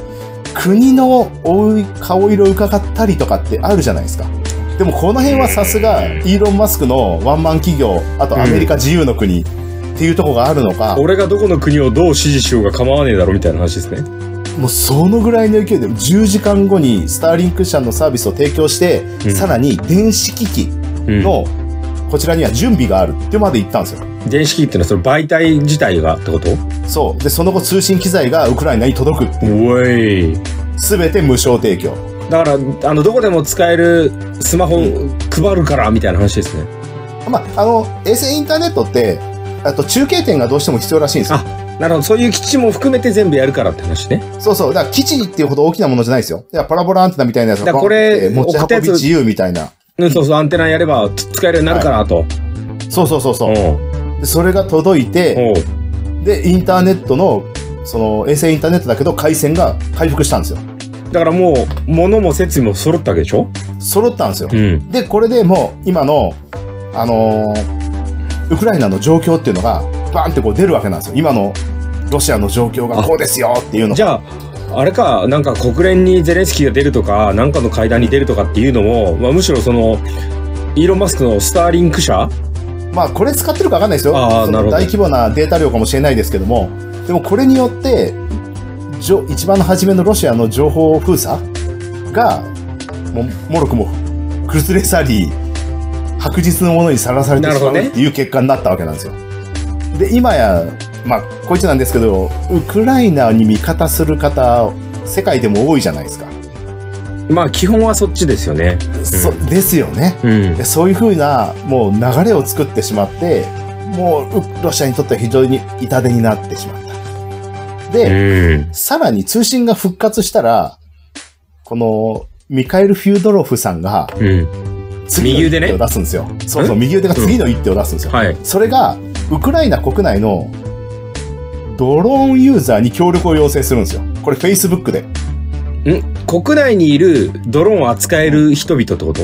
C: 国の追い顔色を伺ったりとかってあるじゃないですか。でもこの辺はさすが、イーロン・マスクのワンマン企業、あとアメリカ自由の国っていうとこがあるのか、
B: 俺がどこの国をどう支持しようが構わねえだろみたいな話ですね。
C: もうそのぐらいの勢いで、10時間後にスターリンク社のサービスを提供して、
B: うん
C: さらに電子機器
B: うん
C: の、こちらには準備があるってまで言ったんですよ。
B: 電子機器ってのはその媒体自体がってこと
C: そう。で、その後通信機材がウクライナに届く。
B: おい。
C: すべて無償提供。
B: だから、あの、どこでも使えるスマホ配るからみたいな話ですね。
C: まあ、あの、衛星インターネットって、あと中継点がどうしても必要らしいんですよ。
B: あ、なるほど。そういう基地も含めて全部やるからって話ね。
C: そうそう。だから基地っていうほど大きなものじゃないですよ。だからパラボラアンテナみたいなやつ
B: だからこれ
C: ポンって持ち運び自由みたいな。
B: うん、そうそう、アンテナやればつ使えるようになるからと。
C: そうそうそうそうう。でそれが届いて、
B: ん。おう
C: で、インターネットの、その衛星インターネットだけど回線が回復したんですよ。
B: だからもう、物も設備も揃ったわけでしょ
C: 揃ったんですよ。
B: うん。
C: で、これでもう今の、あのーウクライナの状況っていうのが、バーンってこう出るわけなんですよ。今のロシアの状況がこうですよっていうの。
B: じゃあ、あれか、なんか国連にゼレンスキーが出るとか、なんかの会談に出るとかっていうのも、まあ、むしろその、イーロン・マスクのスターリンク社
C: まあ、これ使ってるかわかんないですよ。
B: あー
C: その
B: なるほど
C: 大規模なデータ量かもしれないですけども、でもこれによって、じょ一番の初めのロシアの情報封鎖が、ももろくも、クルスレサリー、白日のものにさらされてしまう
B: なるほどね
C: っていう結果になったわけなんですよ。で、今や、まあ、こいつなんですけど、ウクライナに味方する方、世界でも多いじゃないですか。
B: まあ、基本はそっちですよね。
C: そですよね。
B: うん。
C: でそういうふうなもう流れを作ってしまってもううロシアにとっては非常に痛手になってしまった。
B: う
C: で、
B: ん。
C: さらに通信が復活したらこのミカエル・フュードロフさんが
B: うん。
C: 次の
B: 右
C: 一
B: 腕ね
C: 手を出すんですよ。そうそう右腕が次の一手を出すんですよ。
B: はい。
C: それがウクライナ国内のドローンユーザーに協力を要請するんですよ。これ Facebook で。
B: ん国内にいるドローンを扱える人々ってこと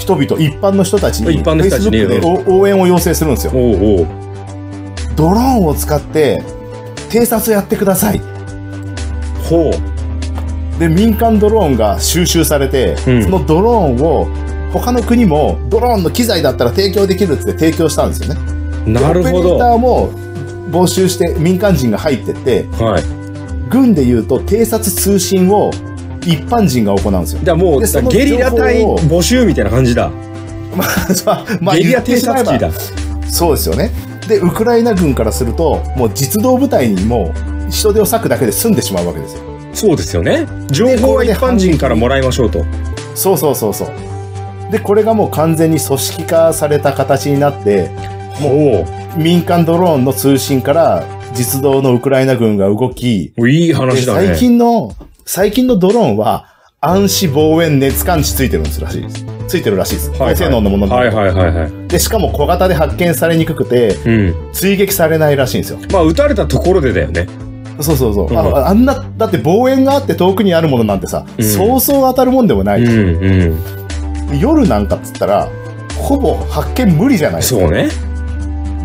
C: 人々、一般の人たちに
B: 一般の人たち
C: Facebook
B: に
C: で応応援を要請するんですよ。
B: おうおう。
C: ドローンを使って偵察をやってください。
B: ほう。
C: で、民間ドローンが収集されて、
B: うん
C: そのドローンを他の国もドローンの機材だったら提供できるっつって提供したんですよね。
B: なるほ
C: オペレータ
B: ど。
C: ーも募集して民間人が入ってって、
B: はい。
C: 軍で言うと偵察通信を一般人が行うん ですよ。
B: だからもう
C: でその
B: ゲリラ隊
C: 情報を
B: 募集みたいな感じだ。
C: まあ
B: ゲリラ
C: 言って
B: 偵
C: しま
B: 察
C: えば
B: 機だ。
C: そうですよね。で、ウクライナ軍からすると、もう実動部隊にもう人手を割くだけで済んでしまうわけですよ。
B: そうですよね。情報は一般人からもらいましょうと。
C: そうそうそうそう。で、これがもう完全に組織化された形になって、
B: も
C: 民間ドローンの通信から実動のウクライナ軍が動き、
B: う、いい
C: で
B: 話だね。
C: 最近の、最近のドローンは暗視望遠熱感知ついてるんですらしいです。ついてるらしいです。
B: はいはい
C: 高性能のもので、
B: はいはいはいはい。
C: で、しかも小型で発見されにくくて、
B: うん。
C: 追撃されないらしいんですよ。
B: まあ、撃たれたところでだよね。
C: そうそうそう。
B: うん
C: ああんな、だって望遠があって遠くにあるものなんてさ、
B: うん
C: そうそう当たるもんでもな
B: う
C: い。
B: んうん。
C: 夜なんかっつったら、ほぼ発見無理じゃないですか
B: そうね。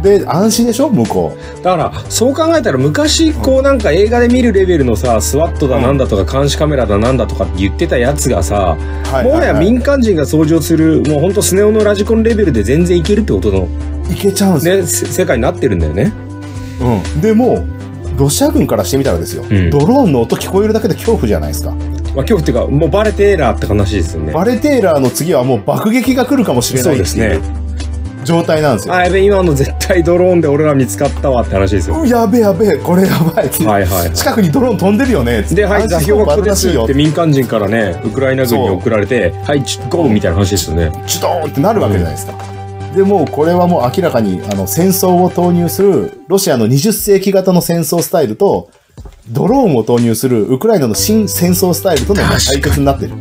C: で、安心でしょ向こ
B: だから、そう考えたら昔、こうなんか映画で見るレベルのさ、スワットだなんだとか監視カメラだなんだとかって言ってたやつがさ、
C: う。は
B: もはや
C: ん
B: 民間人が操縦する、もうほんとスネ夫のラジコンレベルで全然いけるってことの、
C: いけちゃうんですよ。
B: ね、せ世界になってるんだよね。
C: うん。でも、ロシア軍からしてみたらですよ、
B: うん
C: ドローンの音聞こえるだけで恐怖じゃないですか。
B: まあ、恐怖っていうか、もうバレてーらって話ですよね。
C: バレテーラーの次はもう爆撃が来るかもしれ
B: そ
C: な
B: う
C: い
B: で
C: って
B: す
C: い
B: ね
C: う。状態なんですよ。
B: あ、やべ、今の絶対ドローンで俺ら見つかったわって話ですよ。
C: うんやべえやべえ、これやばいっつって
B: はいはいはい
C: 近くにドローン飛んでるよねっつって
B: で、はい、
C: 安
B: 座
C: 心
B: 標がこ
C: バ
B: こ
C: レ
B: で
C: ら
B: す
C: しいよ
B: っ
C: ってて
B: 民間人からね、ウクライナ軍に
C: そう
B: 送られて、はい、ちゴーみたいな話ですよね。
C: チュドーンってなるわけじゃないですか。でもうこれはもう明らかにあの戦争を投入するロシアの20世紀型の戦争スタイルとドローンを投入するウクライナの新戦争スタイルとの
B: 確かに
C: 対決になってる。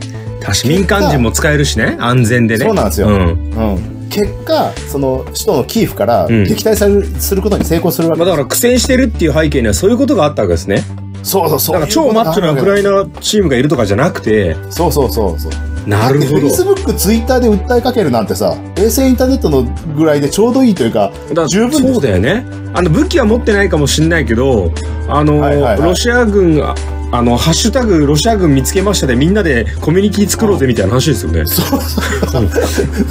B: 確かに民間人も使えるしね、安全でね。
C: そうなんですよ
B: ん
C: うん、結果、その首都のキーフから
B: うん
C: 撃退される、することに成功するわ
B: ま
C: け
B: あ、だから苦戦してるっていう背景にはそういうことがあったわけですね。
C: そうそうそう。
B: だから超マッチョなウクライ
C: ナ。
B: ナチームがいるとかじゃなくて、
C: そうそうそうそう。
B: なるほど。だ
C: Facebook、Twitter で訴えかけるなんてさ、衛星インターネットのぐらいでちょうどいいというか、
B: から
C: 十分です
B: そうだよね。あの武器は持ってないかもしれないけど、あの、
C: はいはいはい
B: ロシア軍が、あの、ハッシュタグロシア軍見つけましたでみんなでコミュニティ作ろうぜみたいな話ですよね。
C: そうそう。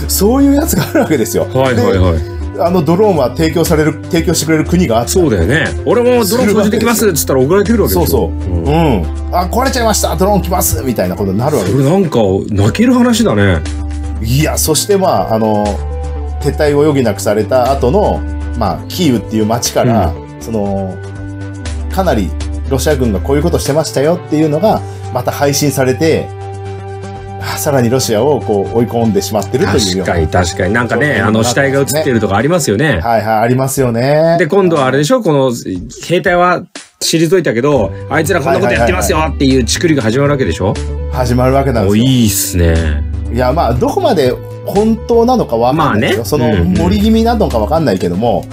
C: そういうやつがあるわけですよ。
B: はいはいはい。
C: であのドローンは提供される、提供してくれる国があって。
B: そうだよね。俺もドローン掃除できますっつったら送られてくるわけ
C: そ
B: で
C: う
B: すよ。
C: そう。
B: ん
C: うん。あ、壊れちゃいましたドローン来ますみたいなことになるわけ
B: これなんか泣ける話だね。
C: いや、そしてまあ、あの、撤退を余儀なくされた後の、まあ、キーウっていう街から、その、かなりロシア軍がこういうことしてましたよっていうのが、また配信されて、さらにロシアをこう追い込んでしまってるというような
B: 確かに確かに。なんか
C: 状況に
B: ね、
C: な
B: あ
C: って
B: の
C: ます
B: 死体が映ってるとかありますよね。
C: はいはい、ありますよね。
B: で、今度はあれでしょこの、兵隊は退いたけど、あいつらこんなことやってますよっていうチクリが始まるわけでしょ
C: 始まるわけなんで
B: お
C: すよ。
B: いいっすね。
C: いや、まあ、どこまで本当なのかわかんないけど、
B: まあね
C: その
B: うんうん
C: 森気味なのかわかんないけども、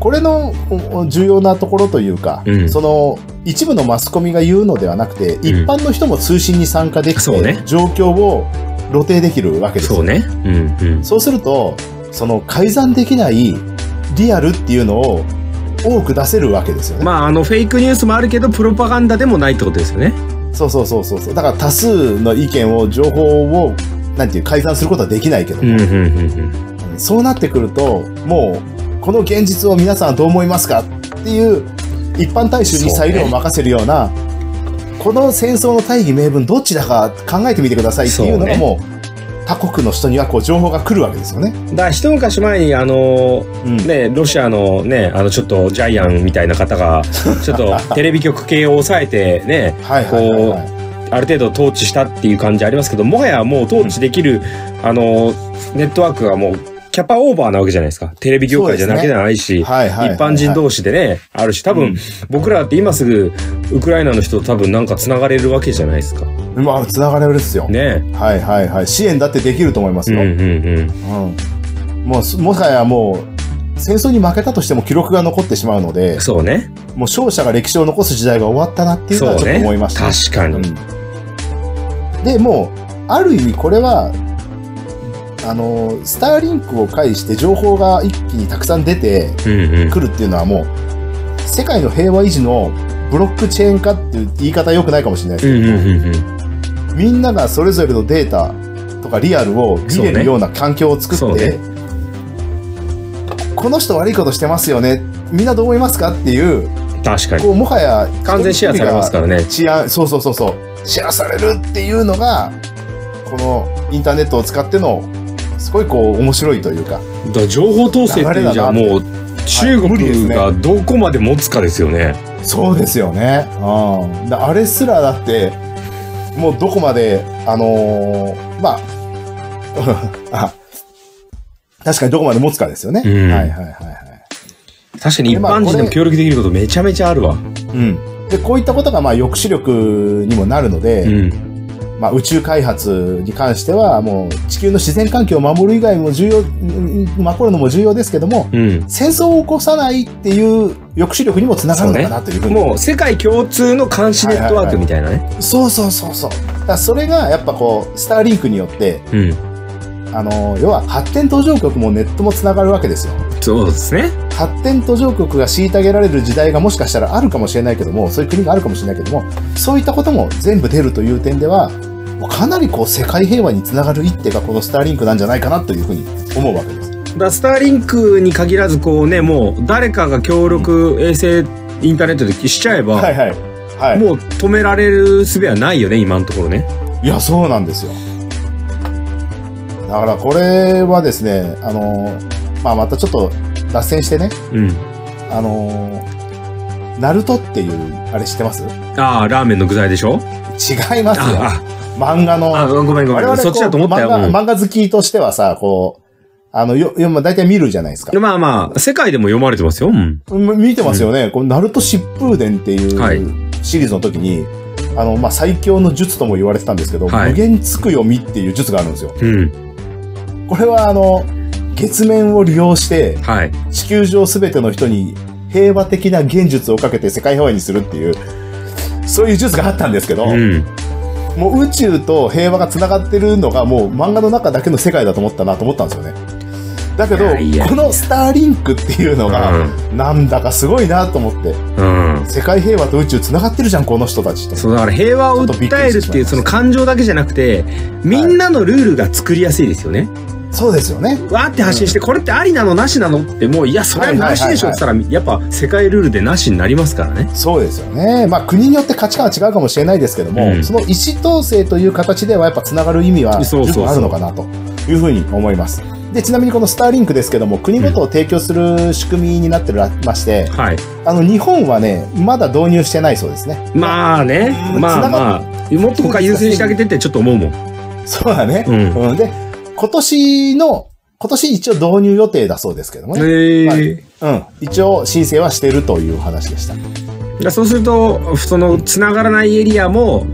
C: これのおお重要なところというか、
B: うん
C: その一部のマスコミが言うのではなくて、一般の人も通信に参加できて、
B: そうね
C: 状況を露呈できるわけですよ
B: そうね。うんうん。
C: そうすると、その改ざんできないリアルっていうのを多く出せるわけですよね。
B: まあ、あの、フェイクニュースもあるけど、プロパガンダでもないってことですよね。
C: そうそうそうそうそう。だから多数の意見を、情報を、なんていう、改ざんすることはできないけど、
B: うんうんうん
C: そうなってくると、もう、この現実を皆さんはどう思いますかっていう、一般大衆に裁量を任せるような、この戦争の大義名分どっちだか考えてみてくださいっていうのが
B: そうね
C: もう、他国の人にはこう情報が来るわけですよね。
B: うん。だから、一昔前に、あの、
C: うん
B: ね、ロシアのね、あの、ちょっとジャイアンみたいな方 が、ちょっとテレビ局系を抑えて、ね、
C: はいはいはい、はい。
B: ある程度統治したっていう感じありますけど、もはやもう統治できる、あの、ネットワークがもう、キャパオーバーなわけじゃないですか。テレビ業界じゃだけじゃないし、
C: はいはいはいはい
B: 一般人同士でね、あるし、多
C: う
B: 分
C: ん、
B: 僕らって今すぐ、ウクライナの人と多分なんか繋がれるわけじゃないですか。
C: まあ、つながれるですよ。
B: ね
C: はいはいはい。支援だってできると思います
B: うん
C: よ。
B: うんうん。
C: うん。もうす、もはやもう、戦争に負けたとしても記録が残ってしまうので、
B: そうね。
C: もう勝者が歴史を残す時代が終わったなっていうのは
B: そう
C: ちょっと
B: ね。
C: 思いました、
B: 確かに。
C: うんで、もう、ある意味これは、あの、スターリンクを介して情報が一気にたくさん出て
B: うんうん。
C: くるっていうのはもう、世界の平和維持のブロックチェーン化っていう言い方良くないかもしれないです
B: う
C: けど、
B: んうんうん
C: みんながそれぞれのデータとかリアルを見れ
B: そうね
C: るような環境を作
B: そう
C: って、
B: ね
C: この人悪いことしてますよねみんなどう思いますかっていう
B: うん。確かに。
C: こうもはや
B: 完全シェアされますからね。
C: 治安そうそうそうそうシェアされるっていうのがこのインターネットを使ってのすごいこう面白いというか
B: だから情報統制っていうじゃ
C: 流れ
B: もう、中
C: 無理です
B: 国
C: ね
B: がどこまで持つかですよね。
C: そうですよね、うん、だあれすらだってもうどこまであのーまあ あ確かにどこまで持つかですよね、
B: うん
C: はいはいはいはい
B: 確かに一般人でも協力できることめちゃめちゃあるわ。
C: うん、でこういったことがまあ抑止力にもなるので、
B: うん。
C: まあ、宇宙開発に関してはもう地球の自然環境を守る以外も重要うん守るのも重要ですけども
B: うん。
C: 戦争を起こさないっていう抑止力にもつながるのかなというふうに
B: もう世界共通の監視ネットワークみたいなね。
C: そうそうそうそうだからそれがやっぱこうスターリンクによって
B: うん。
C: あの要は発展途上国もネットもつながるわけですよ
B: そうですね。
C: 発展途上国が虐げられる時代がもしかしたらあるかもしれないけどもそういう国があるかもしれないけどもそういったことも全部出るという点ではかなりこう世界平和につながる一手がこのスターリンクなんじゃないかなというふうに思うわけです。
B: だからスターリンクに限らずこうね、もう誰かが協力衛星インターネットでしちゃえば、
C: はいはい。はい。
B: もう止められる術はないよね、今のところね。
C: いや、そうなんですよ。だからこれはですね、あの、まあ、またちょっと脱線してね、
B: うん。
C: あの、ナルトっていう、あれ知ってます
B: ああ、ラーメンの具材でしょ
C: 違いますよ。
B: あ
C: 漫画の
B: あ、あ、ごめんご
C: 我
B: め
C: 々こ
B: ん。
C: う
B: そっちだと思ったよ。
C: 漫
B: う
C: 画漫画好きとしてはさ、こう、あの、よ、よまあ、大体見るじゃないですか
B: ん。まあまあ、世界でも読まれてますよ。うん。
C: うん見てますよね。このナルト疾風伝っていう
B: はい
C: シリーズの時に、あの、まあ、最強の術とも言われてたんですけど、
B: はい
C: 無限つくよみっていう術があるんですよ。
B: うん。
C: これはあの、月面を利用して、
B: はい。
C: 地球上すべての人に平和的な現術をかけて世界平和にするっていう、そういう術があったんですけど、
B: うん。
C: もう宇宙と平和がつながってるのがもう漫画の中だけの世界だと思ったなと思ったんですよね。だけど
B: いやいやいや
C: このスターリンクっていうの
B: う
C: がなんだかすごいなと思って
B: うん。
C: 世界平和と宇宙つながってるじゃんこの人たちと。
B: そうだから平和を訴えるっていうその感情だけじゃなくてみんなのルールが作りやすいですよね。
C: そうですよね。
B: わーって発信してこれってありなのなしなのってもういやそれはなしでしょって言ったらやっぱ世界ルールでなしになりますからね。
C: そうですよね。まあ国によって価値観は違うかもしれないですけども、
B: うん
C: その意思統制という形ではやっぱつながる意味は
B: そうそうそう
C: 十分あるのかなというふうに思います。で、ちなみにこのスターリンクですけども、国ごとを提供する仕組みになってらまして、
B: はい。
C: あの、日本はね、まだ導入してないそうですね。
B: まあね
C: うん
B: まあまあもっと他優先してあげてってちょっと思うもん。
C: そうだね。
B: うん
C: うんで、今年の、今年一応導入予定だそうですけどもね。
B: え
C: はいうん。一応申請はしてるという話でした。
B: そうすると、その、繋がらないエリアも、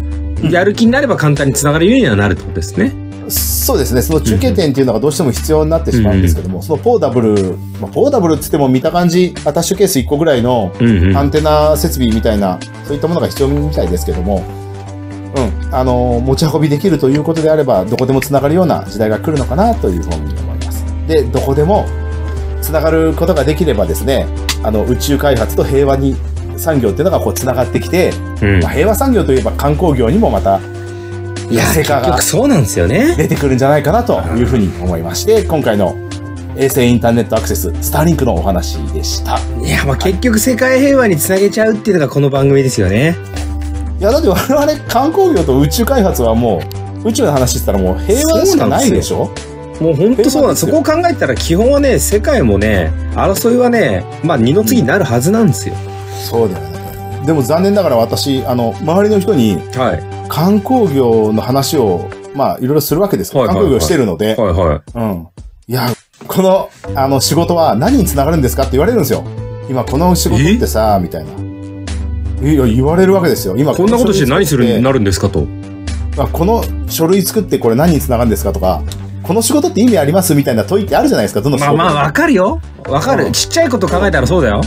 B: やる気になれば簡単に繋がるようにはなるってことですね。
C: そうですね。その中継点っていうのがどうしても必要になってしまうんですけども、そのポーダブル、まあ、ポーダブルって言っても見た感じ、アタッシュケース1個ぐらいの
B: うんうん。
C: アンテナ設備みたいな、そういったものが必要みたいですけども、うん。あの、持ち運びできるということであれば、どこでも繋がるような時代が来るのかなというふうに思います。で、どこでも繋がることができればですね、あの、宇宙開発と平和に、産業っていうのがこう繋がってきて、
B: うん
C: まあ、平和産業といえば観光業にもまた
B: いや、
C: 成
B: 結
C: 果が
B: 局そうなんですよね。
C: 出てくるんじゃないかなというふうに思いまして、今回の衛星インターネットアクセス、スターリンクのお話でした。
B: いや、まあ結局世界平和につなげちゃうっていうのがこの番組ですよね。
C: いや、だって我々観光業と宇宙開発はもう、宇宙の話したらもう平和しかないでしょ
B: もう本当そうなんです。そ
C: 平
B: こ
C: 和
B: を考えたら基本はね、世界もね、争いはね、まあ二の次になるはずなんですよ。
C: そうだよね。でも残念ながら私、あの、周りの人に
B: はい。
C: 観光業の話を、まあ、いろいろするわけですよ
B: はいはいはい
C: 観光業してるので、
B: はいは
C: うん。いや、この、あの、仕事は何につながるんですかって言われるんですよ。今、この仕事ってさ、みたいな。いや、言われるわけですよ。今、
B: い。こんなことして何する
C: ん
B: なるんですかと。
C: まあ、この書類作ってこれ何に繋がるんですかとか、この仕事って意味ありますみたいな問いってあるじゃないですか、どの仕
B: まあ
C: 事
B: まあわかるよ。わか
C: う
B: る。
C: ん
B: ちっちゃいこと考えたらそうだよ。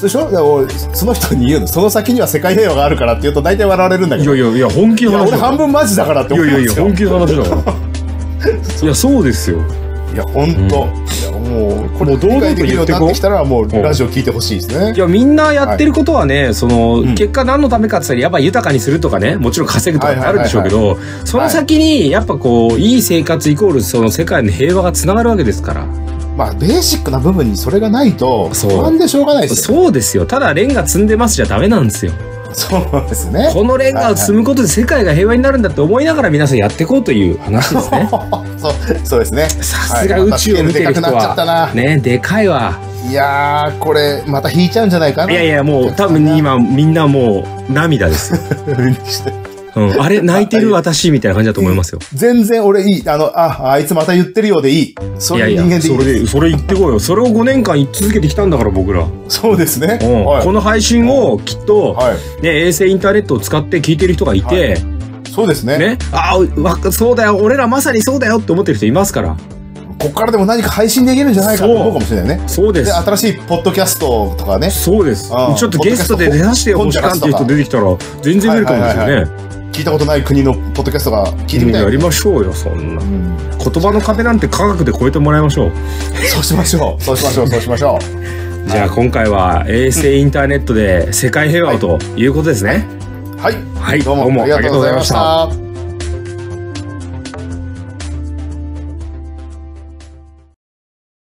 C: でしょで俺その人に言うの、その先には世界平和があるからって言うと大体笑われるんだけ
B: い
C: ど、
B: や
C: い
B: いやいや、本気の
C: や
B: 話
C: 俺
B: だか
C: 半分マジだからって
B: ら。い
C: 思
B: や
C: うん
B: いやい
C: で
B: や、
C: すよ。
B: 本気の話だ から。いや、そうですよ。
C: いや、ほんと。いや、もう、こ
B: も
C: れ
B: う堂々
C: 理解で
B: と言ってこ
C: き
B: う
C: るようになってきたら、もうラジオ聞いてほしいですね
B: い。や、みんなやってることはね、その、
C: うん
B: 結果何のためかって言ったら、やっぱ豊かにするとかね、もちろん稼ぐとかってあるんでしょうけど、その先に、やっぱこう、いい生活イコール、その世界の平和がつながるわけですから。
C: まあ、ベーシックな部分にそれがないと、
B: そう
C: 不安でしょうがないですよ。
B: そうですよ。ただ、レンガ積んでますじゃダメなんですよ。
C: そうですね。
B: このレンガを積むことで世界が平和になるんだって思いながら皆さんやっていこうという話です ね。
C: そう、そうですね。
B: さすが宇宙を見て
C: はいま
B: る人
C: たスケールでかくなっちゃった
B: は
C: な。
B: ね、でかいわ。
C: いやー、これ、また引いちゃうんじゃないかな。
B: いやいや、もう多分今みんなもう涙ですよ。うん、あれ泣いてる私みたいな感じだと思いますよ。
C: 全然俺いい。あの、あ、あいつまた言ってるようでいい。そ
B: い
C: れ
B: やい
C: 人間でい
B: や、
C: い
B: それで、それ言ってこいよ。それを5年間言い続けてきたんだから僕ら。うん
C: そうですね。はい。
B: この配信をきっと、
C: はい。
B: ね、衛星インターネットを使って聞いてる人がいて、
C: そうですね。
B: ね、ああ、わそうだよ、俺らまさにそうだよって思ってる人いますから。
C: こっからでも何か配信できるんじゃないかと
B: そう
C: 思うかもしれないね。
B: そうで
C: で、
B: す。
C: 新しいポッドキャストとかね、
B: そうです。ち
C: ああ
B: ょっとゲストで出させてよ、
C: ポッ
B: も
C: ド
B: し
C: キ
B: か
C: ャ
B: んっ
C: ス
B: て
C: ト
B: いう人出てきたら、全然ウェルカムですよ
C: はいはい
B: ね。
C: 聞いたことない国のポッドキャストが聞いてみたい。
B: やりましょうよ、そんな
C: う。ん
B: 言葉の壁なんて科学で超えてもらいましょう。
C: そうしましょう。そうしましょう。そうしましょ
B: じゃあ今回は衛星インターネットで世界平和をということですね。
C: う。はい。
B: はい、
C: ど
B: ど
C: うも
B: う
C: あ
B: もあ
C: り
B: り
C: がと
B: がと
C: うご
B: うご
C: ざ
B: ざ
C: い
B: い
C: ま
B: ま
C: し
B: した。
C: た。